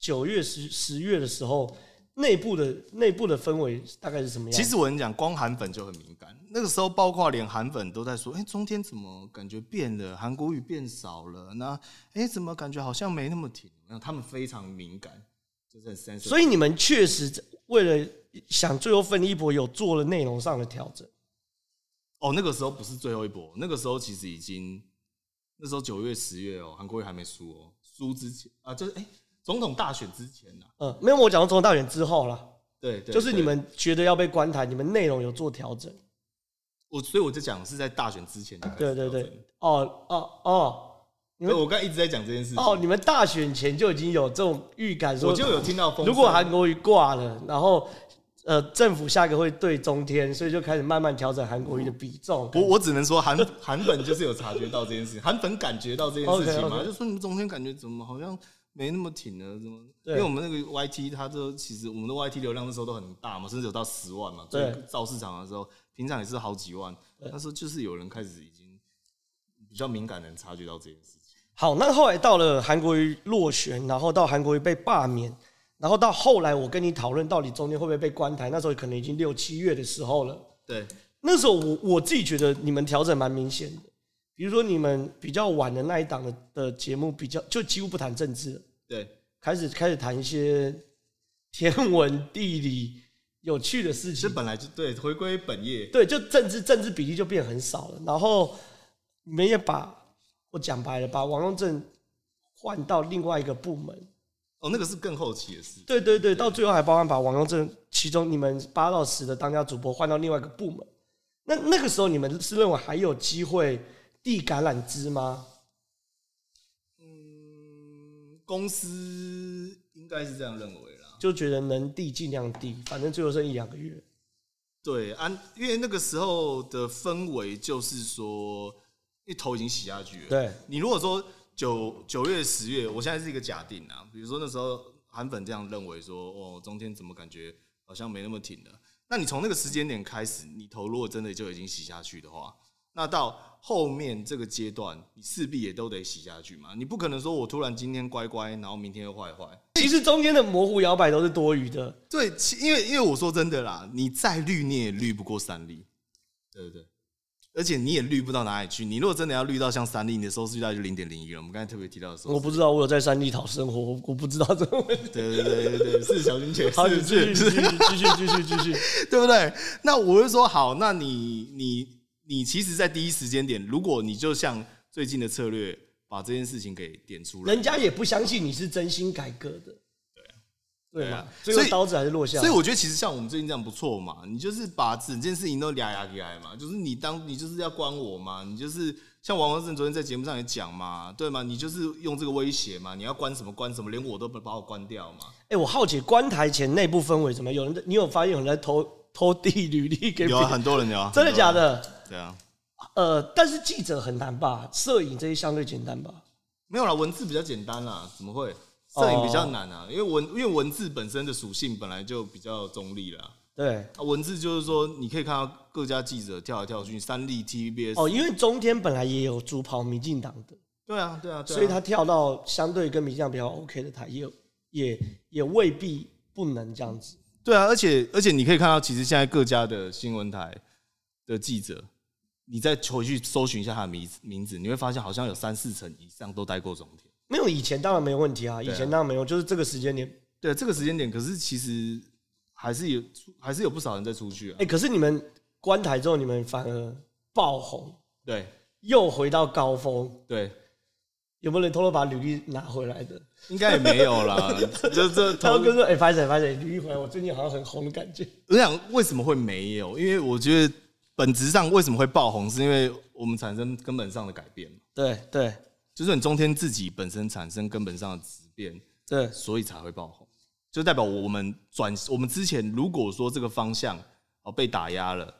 [SPEAKER 1] 九月十十月的时候，内部的内部的氛围大概是什么样？
[SPEAKER 2] 其实我跟你讲，光韩粉就很敏感。那个时候，包括连韩粉都在说：“哎、中天怎么感觉变了？韩国语变少了？那哎、诶怎么感觉好像没那么挺？”那他们非常敏感，就是很 sensitive。
[SPEAKER 1] 所以你们确实为了想最后奋力一搏，有做了内容上的调整。
[SPEAKER 2] 哦，那个时候不是最后一波，那个时候其实已经，那时候九月、十月哦，韩国瑜还没输哦，输之前啊，就是哎、诶总统大选之前呐、
[SPEAKER 1] 嗯，没有，我讲到总统大选之后啦，
[SPEAKER 2] 对对，
[SPEAKER 1] 就是你
[SPEAKER 2] 对
[SPEAKER 1] 们觉得要被关台，你们内容有做调整。
[SPEAKER 2] 我所以我就讲是在大选之前就开
[SPEAKER 1] 对
[SPEAKER 2] 始
[SPEAKER 1] 对
[SPEAKER 2] 调整
[SPEAKER 1] 对，哦哦哦你
[SPEAKER 2] 对
[SPEAKER 1] 们
[SPEAKER 2] 我刚才一直在讲这件事情，
[SPEAKER 1] 哦，你们大选前就已经有这种预感说，
[SPEAKER 2] 我就有听到风声。
[SPEAKER 1] 如果韩国瑜挂了，然后呃政府下个会对中天，所以就开始慢慢调整韩国瑜的比重。
[SPEAKER 2] 我我只能说韩 韩粉就是有察觉到这件事情，韩粉感觉到这件事情嘛，
[SPEAKER 1] OK，OK
[SPEAKER 2] 就说你们中间感觉怎么好像没那么挺了，怎么？因
[SPEAKER 1] 对
[SPEAKER 2] 为我们那个 YT 它都其实我们的 YT 流量那时候都很大嘛，甚至有到十万嘛。
[SPEAKER 1] 对
[SPEAKER 2] 最造市场的时候，平常也是好几万，那时候就是有人开始已经比较敏感的人察觉到这件事情。
[SPEAKER 1] 好，那后来到了韩国瑜落选，然后到韩国瑜被罢免，然后到后来我跟你讨论到底中间会不会被关台，那时候可能已经六七月的时候了。
[SPEAKER 2] 对，
[SPEAKER 1] 那时候我我自己觉得你们调整蛮明显的，比如说你们比较晚的那一档的的节目比较就几乎不谈政治了，
[SPEAKER 2] 对，
[SPEAKER 1] 开始开始谈一些天文地理有趣的事
[SPEAKER 2] 这
[SPEAKER 1] 情，
[SPEAKER 2] 本来就对，回归本业，
[SPEAKER 1] 对，就政治政治比例就变很少了。然后你们也把我讲白了，把王用正换到另外一个部门，
[SPEAKER 2] 哦，那个是更后期的事。
[SPEAKER 1] 对对对，到最后还包含把王用正其中你们八到十的当家主播换到另外一个部门。那那个时候你们是认为还有机会递橄榄枝吗？
[SPEAKER 2] 公司应该是这样认为啦。
[SPEAKER 1] 就觉得能递尽量递，反正最后剩一两个月。
[SPEAKER 2] 对，安、因为那个时候的氛围就是说，因为头已经洗下去了。
[SPEAKER 1] 对，
[SPEAKER 2] 你如果说九九月、十月，我现在是一个假定啊，比如说那时候韩粉这样认为说，哦，中间怎么感觉好像没那么挺了？那你从那个时间点开始，你头如果真的就已经洗下去的话，那到后面这个阶段，你势必也都得洗下去嘛。你不可能说我突然今天乖乖，然后明天又坏坏。
[SPEAKER 1] 其实中间的模糊摇摆都是多余的。
[SPEAKER 2] 对，其因为因为我说真的啦，你再绿你也绿不过三立，对不对？而且你也绿不到哪里去。你如果真的要绿到像三立，你的收视率大概就零点零一了。我们刚才特别提到的收
[SPEAKER 1] 我
[SPEAKER 2] 视，
[SPEAKER 1] 不知道，我有在山地讨生活，我我不知道这个问题。
[SPEAKER 2] 对对 对对对，是小金姐，
[SPEAKER 1] 好，
[SPEAKER 2] 是
[SPEAKER 1] 你继续，
[SPEAKER 2] 是
[SPEAKER 1] 继
[SPEAKER 2] 是，
[SPEAKER 1] 续，继续，继续，继续。
[SPEAKER 2] 对不对？那我就说好，那你你你其实，在第一时间点，如果你就像最近的策略，把这件事情给点出来，
[SPEAKER 1] 人家也不相信你是真心改革的。对
[SPEAKER 2] 对
[SPEAKER 1] 嘛
[SPEAKER 2] 啊，
[SPEAKER 1] 最
[SPEAKER 2] 所
[SPEAKER 1] 后
[SPEAKER 2] 以
[SPEAKER 1] 刀子还是落下来。
[SPEAKER 2] 所以我觉得其实像我们最近这样不错嘛，你就是把整件事情都俩牙给来嘛，就是你当你就是要关我嘛，你就是像王文正昨天在节目上也讲嘛，对吗？你就是用这个威胁嘛，你要关什么关什么，连我都不把我关掉嘛。
[SPEAKER 1] 哎、我好奇观台前内部氛围怎么样？有人在，你有发现有人在偷偷递履历给别
[SPEAKER 2] 有
[SPEAKER 1] 人？
[SPEAKER 2] 啊，很多人有 啊，
[SPEAKER 1] 真的假
[SPEAKER 2] 很多人？
[SPEAKER 1] 的？
[SPEAKER 2] 对啊，
[SPEAKER 1] 呃，但是记者很难吧？摄影这些相对简单吧？
[SPEAKER 2] 没有啦，文字比较简单啦，怎么会？
[SPEAKER 1] 哦
[SPEAKER 2] 摄影比较难啊，因为文因为文字本身的属性本来就比较中立啦。
[SPEAKER 1] 对，
[SPEAKER 2] 啊文字就是说，你可以看到各家记者跳来跳去，三立 TVBS，、
[SPEAKER 1] 哦，因为中天本来也有主跑民进党的，
[SPEAKER 2] 对啊，对啊，对啊
[SPEAKER 1] 所以他跳到相对跟民进党比较 OK 的台，也有也也未必不能这样子。
[SPEAKER 2] 对啊，而且而且你可以看到，其实现在各家的新闻台的记者，你再回去搜寻一下他的名字名字，你会发现好像有三四成以上都待过中天。
[SPEAKER 1] 没有以前当然没有问题啊，以
[SPEAKER 2] 对啊
[SPEAKER 1] 前当然没有，就是这个时间点。
[SPEAKER 2] 对、啊这个时间点，可是其实还是有还是有不少人在出去啊。
[SPEAKER 1] 哎、可是你们关台之后，你们反而爆红，
[SPEAKER 2] 对
[SPEAKER 1] 又回到高峰，
[SPEAKER 2] 对，
[SPEAKER 1] 有没有人偷偷把履历拿回来的？
[SPEAKER 2] 应该也没有啦。这这
[SPEAKER 1] 涛哥说：“哎、拍谁拍谁，你一回来，我最近好像很红的感觉。
[SPEAKER 2] 我想为什么会没有？因为我觉得本质上为什么会爆红，是因为我们产生根本上的改变嘛，
[SPEAKER 1] 对”对
[SPEAKER 2] 就是你中天自己本身产生根本上的质变。
[SPEAKER 1] 对
[SPEAKER 2] 所以才会爆红，就代表我们转我们之前如果说这个方向哦被打压了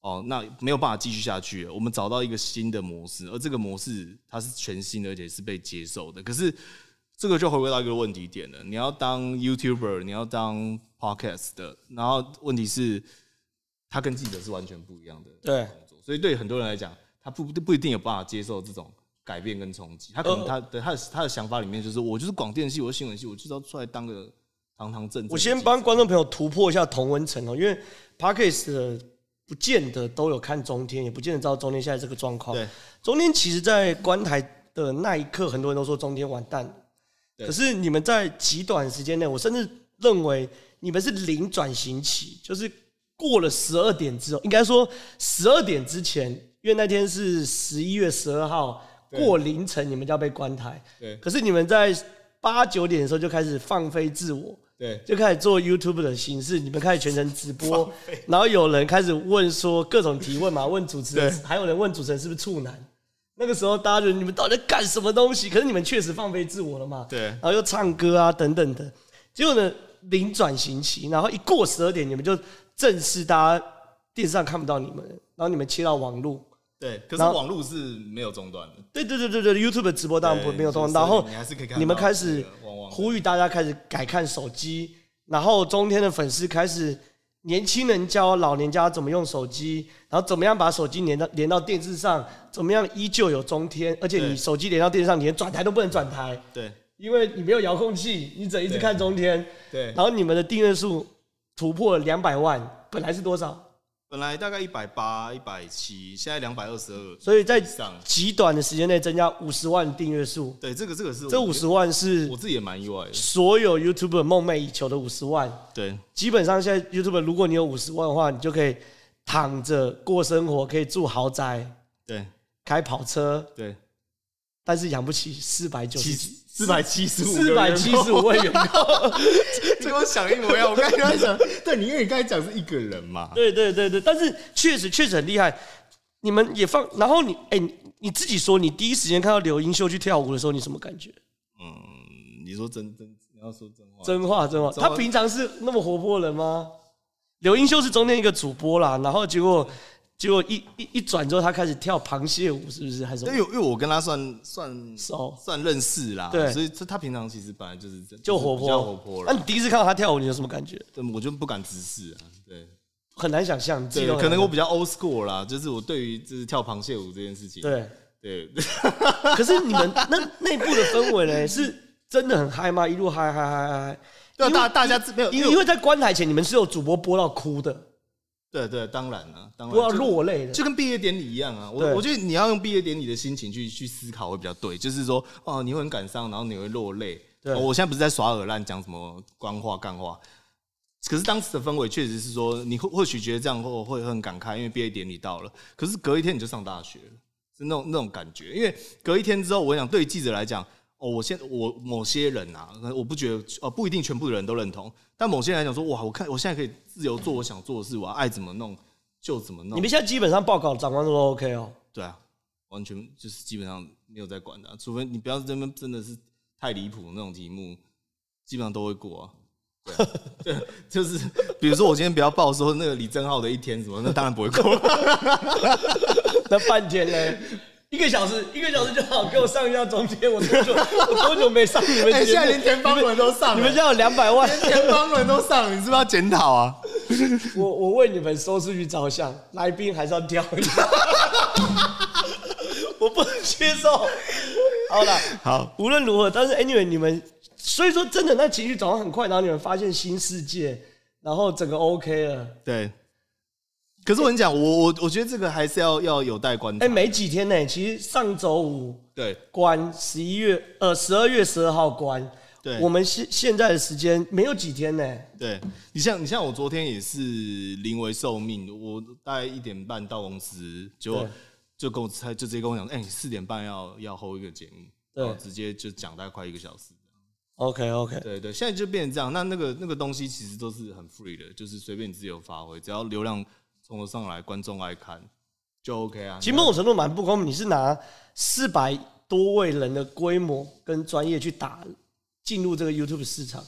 [SPEAKER 2] 哦，那没有办法继续下去了，我们找到一个新的模式，而这个模式它是全新的，而且是被接受的。可是这个就回归到一个问题点了，你要当 YouTuber，你要当 Podcast 的，然后问题是它跟记者是完全不一样的
[SPEAKER 1] 对，
[SPEAKER 2] 工作，所以对很多人来讲，他不不不一定有办法接受这种改变跟冲击。他可能他的他的他的想法里面就是，我就是广电系，我是新闻系，我就是要出来当个堂堂正正的记者。
[SPEAKER 1] 我先帮观众朋友突破一下同温层哦，因为 Parkes 的不见得都有看中天，也不见得知道中天现在这个状况。
[SPEAKER 2] 对
[SPEAKER 1] 中天其实，在观台的那一刻，很多人都说中天完蛋了。
[SPEAKER 2] 对
[SPEAKER 1] 可是你们在极短时间内，我甚至认为你们是零转型期，就是过了十二点之后，应该说十二点之前，因为那天是十一月十二号过凌晨，你们就要被关台。
[SPEAKER 2] 对
[SPEAKER 1] 可是你们在八九点的时候就开始放飞自我，
[SPEAKER 2] 对
[SPEAKER 1] 就开始做 YouTube 的形式，你们开始全程直 播，然后有人开始问说各种提问嘛，问主持人，
[SPEAKER 2] 对
[SPEAKER 1] 还有人问主持人是不是处男。那个时候大家觉得你们到底在干什么东西？可是你们确实放飞自我了嘛，
[SPEAKER 2] 对
[SPEAKER 1] 然后又唱歌啊等等的，结果呢零转型期，然后一过十二点，你们就正式大家电视上看不到你们了，然后你们切到网络。
[SPEAKER 2] 对，可是
[SPEAKER 1] 然后
[SPEAKER 2] 网络是没有中断的。
[SPEAKER 1] 对对对对对，YouTube 的直播当然不
[SPEAKER 2] 对
[SPEAKER 1] 没有通，
[SPEAKER 2] 就是
[SPEAKER 1] 然后
[SPEAKER 2] 你还是可以看到
[SPEAKER 1] 你们开始
[SPEAKER 2] 这个汪汪的
[SPEAKER 1] 呼吁大家开始改看手机，然后中天的粉丝开始年轻人教老年家怎么用手机，然后怎么样把手机连到连到电视上，怎么样依旧有中天，而且你
[SPEAKER 2] 对
[SPEAKER 1] 手机连到电视上，你连转台都不能转台，
[SPEAKER 2] 对
[SPEAKER 1] 因为你没有遥控器，你只能一直
[SPEAKER 2] 对
[SPEAKER 1] 看中天。
[SPEAKER 2] 对
[SPEAKER 1] 然，后你们的订阅数突破了两百万，本来是多少？
[SPEAKER 2] 本来大概一百八、一百七，现在两百二十二。
[SPEAKER 1] 所以在
[SPEAKER 2] 上
[SPEAKER 1] 极短的时间内增加五十万订阅数，
[SPEAKER 2] 对，这个这个是我
[SPEAKER 1] 这五十，万是
[SPEAKER 2] 我自己也蛮意外的。
[SPEAKER 1] 所有 YouTuber 梦寐以求的五十万。
[SPEAKER 2] 对
[SPEAKER 1] 基本上现在 YouTube，如果你有五十万的话，你就可以躺着过生活，可以住豪宅，
[SPEAKER 2] 对
[SPEAKER 1] 开跑车，
[SPEAKER 2] 对，
[SPEAKER 1] 但是养不起四百九
[SPEAKER 2] 七
[SPEAKER 1] 十
[SPEAKER 2] 四百七十五，哦
[SPEAKER 1] 四百七十五位员工。
[SPEAKER 2] 这跟我想一模一样。我刚才在想， 对你，因为你刚才讲是一个人嘛，
[SPEAKER 1] 对对对对，但是确实确实很厉害。你们也放，然后你哎、你你自己说，你第一时间看到刘英秀去跳舞的时候，你什么感觉？
[SPEAKER 2] 嗯，你说真真，你要说真话，
[SPEAKER 1] 哦真话真话，
[SPEAKER 2] 真话
[SPEAKER 1] 他平常是那么活泼的人吗？刘英秀是中间一个主播啦，然后结果结果一一一转之后，他开始跳螃蟹舞，是不是？还是什
[SPEAKER 2] 因
[SPEAKER 1] 么
[SPEAKER 2] 为因为我跟他算算
[SPEAKER 1] 熟
[SPEAKER 2] 算认识啦，
[SPEAKER 1] 对
[SPEAKER 2] 所以他他平常其实本来就是
[SPEAKER 1] 就活
[SPEAKER 2] 比
[SPEAKER 1] 泼，啊
[SPEAKER 2] 较活泼
[SPEAKER 1] 那、
[SPEAKER 2] 了。
[SPEAKER 1] 你第一次看到他跳舞，你有什么感觉？
[SPEAKER 2] 对，我就不敢直视啊，对
[SPEAKER 1] 很难想象，你自己
[SPEAKER 2] 对
[SPEAKER 1] 都，很
[SPEAKER 2] 可能我
[SPEAKER 1] 难
[SPEAKER 2] 比较 old school 啦，就是我对于就是跳螃蟹舞这件事情，
[SPEAKER 1] 对。
[SPEAKER 2] 对， 啊
[SPEAKER 1] 可是你们 那内部的氛围呢，是真的很嗨吗？一路嗨嗨嗨嗨，
[SPEAKER 2] 对啊
[SPEAKER 1] 因为
[SPEAKER 2] 大大家没有
[SPEAKER 1] 因为因为在观台前，你们是有主播播到哭的，
[SPEAKER 2] 对对，当然了，当然
[SPEAKER 1] 播到
[SPEAKER 2] 就
[SPEAKER 1] 落泪的，
[SPEAKER 2] 就跟毕业典礼一样啊，
[SPEAKER 1] 对
[SPEAKER 2] 我我觉得你要用毕业典礼的心情去去思考会比较对，就是说哦，你会很感伤，然后你会落泪。
[SPEAKER 1] 对
[SPEAKER 2] 哦我现在不是在耍耳烂讲什么官话干话，可是当时的氛围确实是说，你或或许觉得这样后会很感慨，因为毕业典礼到了，可是隔一天你就上大学了，是那种那种感觉。因为隔一天之后，我想对于记者来讲，哦，我现我某些人啊，可能我不觉得呃不一定全部的人都认同，但某些人来讲说，哇，我看我现在可以自由做我想做的事，我要爱怎么弄就怎么弄。
[SPEAKER 1] 你们现在基本上报告长官都 OK 哦。
[SPEAKER 2] 对啊，完全就是基本上没有在管的啊、除非你不要真的真的是太离谱那种题目，基本上都会过啊。 对啊，对，就是比如说我今天不要报说那个李正浩的一天什么，那当然不会过。
[SPEAKER 1] 那半天呢？一个小时，一个小时就好，给我上一下中间。我多久，我多久没上你们节目？
[SPEAKER 2] 哎，现在连田方文都上了，
[SPEAKER 1] 你们现在有两百万，
[SPEAKER 2] 田方文都上了，你是不是要检讨啊？
[SPEAKER 1] 我我为你们收视率着想，来宾还是要挑一下，我不能接受。好了，
[SPEAKER 2] 好，
[SPEAKER 1] 无论如何，但是 anyway，你们所以说真的那情绪转换很快，然后你们发现新世界，然后整个 OK 了。
[SPEAKER 2] 对。可是我跟你讲，我我我觉得这个还是要要有待观察。
[SPEAKER 1] 哎、没几天呢、其实上周五
[SPEAKER 2] 对
[SPEAKER 1] 关，十一月呃十二月十二号关，
[SPEAKER 2] 对
[SPEAKER 1] 我们现现在的时间没有几天呢、
[SPEAKER 2] 对，你像你像我昨天也是临危受命，我大概一点半到公司，结果
[SPEAKER 1] 对
[SPEAKER 2] 就跟我他就直接跟我讲，哎、你四点半要要 hold 一个节目，
[SPEAKER 1] 对
[SPEAKER 2] 然后直接就讲大概快一个小时。
[SPEAKER 1] OK OK，
[SPEAKER 2] 对对，现在就变成这样。那那个那个东西其实都是很 free 的，就是随便你自由发挥，只要流量冲得上来，观众爱看就 OK 啊。
[SPEAKER 1] 其实某种程度蛮不公平，你是拿四百多位人的规模跟专业去打进入这个 YouTube 市场，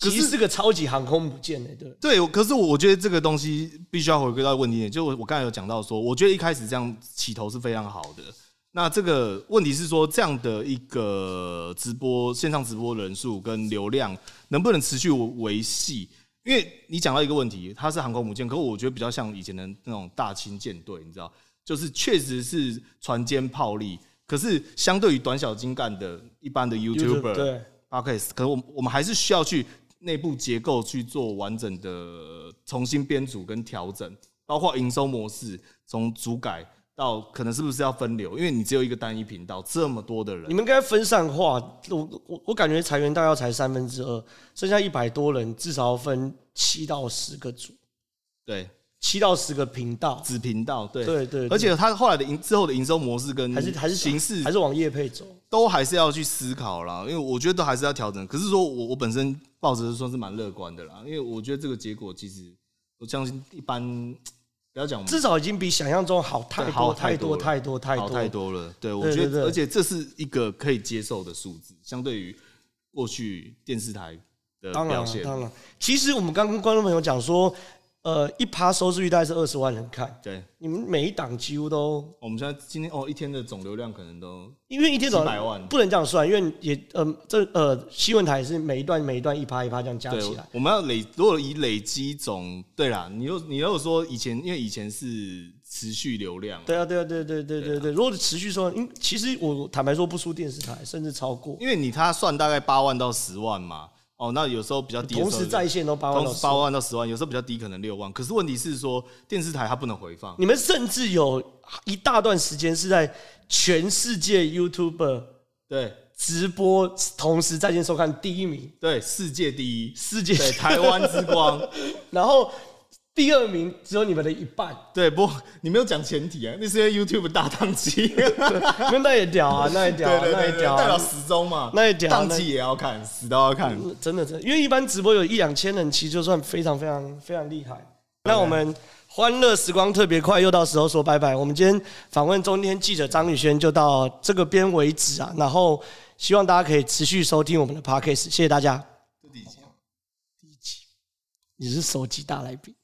[SPEAKER 2] 可
[SPEAKER 1] 其
[SPEAKER 2] 是
[SPEAKER 1] 实是个超级航空母舰的、对。
[SPEAKER 2] 对，我可是我我觉得这个东西必须要回归到问题点，就我我刚才有讲到说，我觉得一开始这样起头是非常好的。那这个问题是说，这样的一个直播线上直播人数跟流量能不能持续维系？因为你讲到一个问题，它是航空母舰，可我觉得比较像以前的那种大清舰队，你知道，就是确实是船坚炮利，可是相对于短小精干的一般的 YouTuber，
[SPEAKER 1] 对
[SPEAKER 2] podcast，可能我们我们还是需要去内部结构去做完整的重新编组跟调整，包括营收模式从主改到可能是不是要分流，因为你只有一个单一频道，这么多的
[SPEAKER 1] 你
[SPEAKER 2] 人，
[SPEAKER 1] 们应该分散化，我我我感觉裁员大概才三分之二，剩下一百多人，至少要分七到十个组，
[SPEAKER 2] 对，
[SPEAKER 1] 七到十个频道，
[SPEAKER 2] 子频道，对
[SPEAKER 1] 对对对
[SPEAKER 2] 而且他后来的营之后的营收模式跟
[SPEAKER 1] 还是还是
[SPEAKER 2] 形式
[SPEAKER 1] 还是往业配走。
[SPEAKER 2] 都还是要去思考啦，因为我觉得都还是要调整。可是说我我本身抱着算是蛮乐观的啦，因为我觉得这个结果其实我相信一般不要讲我们
[SPEAKER 1] 至少已经比想象中好太多
[SPEAKER 2] 好
[SPEAKER 1] 太
[SPEAKER 2] 太
[SPEAKER 1] 多
[SPEAKER 2] 多
[SPEAKER 1] 太多太
[SPEAKER 2] 好
[SPEAKER 1] 多
[SPEAKER 2] 太多了。对，我
[SPEAKER 1] 对
[SPEAKER 2] 觉
[SPEAKER 1] 对对
[SPEAKER 2] 得，而且这是一个可以接受的数字，相对于过去电视台的
[SPEAKER 1] 当然
[SPEAKER 2] 表
[SPEAKER 1] 了
[SPEAKER 2] 现。
[SPEAKER 1] 当然了，其实我们刚跟观众朋友讲说，呃，一趴收视率大概是二十万人看，
[SPEAKER 2] 对，
[SPEAKER 1] 你们每一档几乎都，
[SPEAKER 2] 我们现在今天哦一天的总流量可能都
[SPEAKER 1] 因为一天早
[SPEAKER 2] 几百万
[SPEAKER 1] 上不能这样算，因为也呃这呃新闻台是每一段每一段一趴一趴这样加
[SPEAKER 2] 对
[SPEAKER 1] 起来，，
[SPEAKER 2] 我们要累，如果以累积总，对啦，你又你又说以前，因为以前是持续流量，
[SPEAKER 1] 对啊对啊对对对对对，如果持续说，因其实我坦白说不输电视台，甚至超过，
[SPEAKER 2] 因为你他算大概八万到十万嘛，哦，那有时候比较低的时候
[SPEAKER 1] 同时在线都八万
[SPEAKER 2] 同
[SPEAKER 1] 到
[SPEAKER 2] 时
[SPEAKER 1] 10
[SPEAKER 2] 八万到十万，有时候比较低可能六万，可是问题是说电视台它不能回放，
[SPEAKER 1] 你们甚至有一大段时间是在全世界 YouTuber
[SPEAKER 2] 对
[SPEAKER 1] 直播同时在线收看第一名，
[SPEAKER 2] 对，世界第一，
[SPEAKER 1] 世界
[SPEAKER 2] 对台湾 之光，
[SPEAKER 1] 然后第二名只有你们的一半，
[SPEAKER 2] 对不？你没有讲前提啊，那是因为 YouTube 大档期，
[SPEAKER 1] 没有那也屌啊，那也屌啊，
[SPEAKER 2] 对
[SPEAKER 1] 那
[SPEAKER 2] 对
[SPEAKER 1] 也
[SPEAKER 2] 对，
[SPEAKER 1] 屌
[SPEAKER 2] 代表
[SPEAKER 1] 啊，
[SPEAKER 2] 时钟嘛，
[SPEAKER 1] 那也嗯屌啊
[SPEAKER 2] 档期也要看，死都要看，
[SPEAKER 1] 真的真的，因为一般直播有一两千人，其实就算非常非常非常厉害。那我们欢乐时光特别快，又到时候说拜拜。我们今天访问中天记者张宇轩就到这个边为止啊，然后希望大家可以持续收听我们的 podcast，谢谢大家。
[SPEAKER 2] 这底线
[SPEAKER 1] 你是首集大来宾。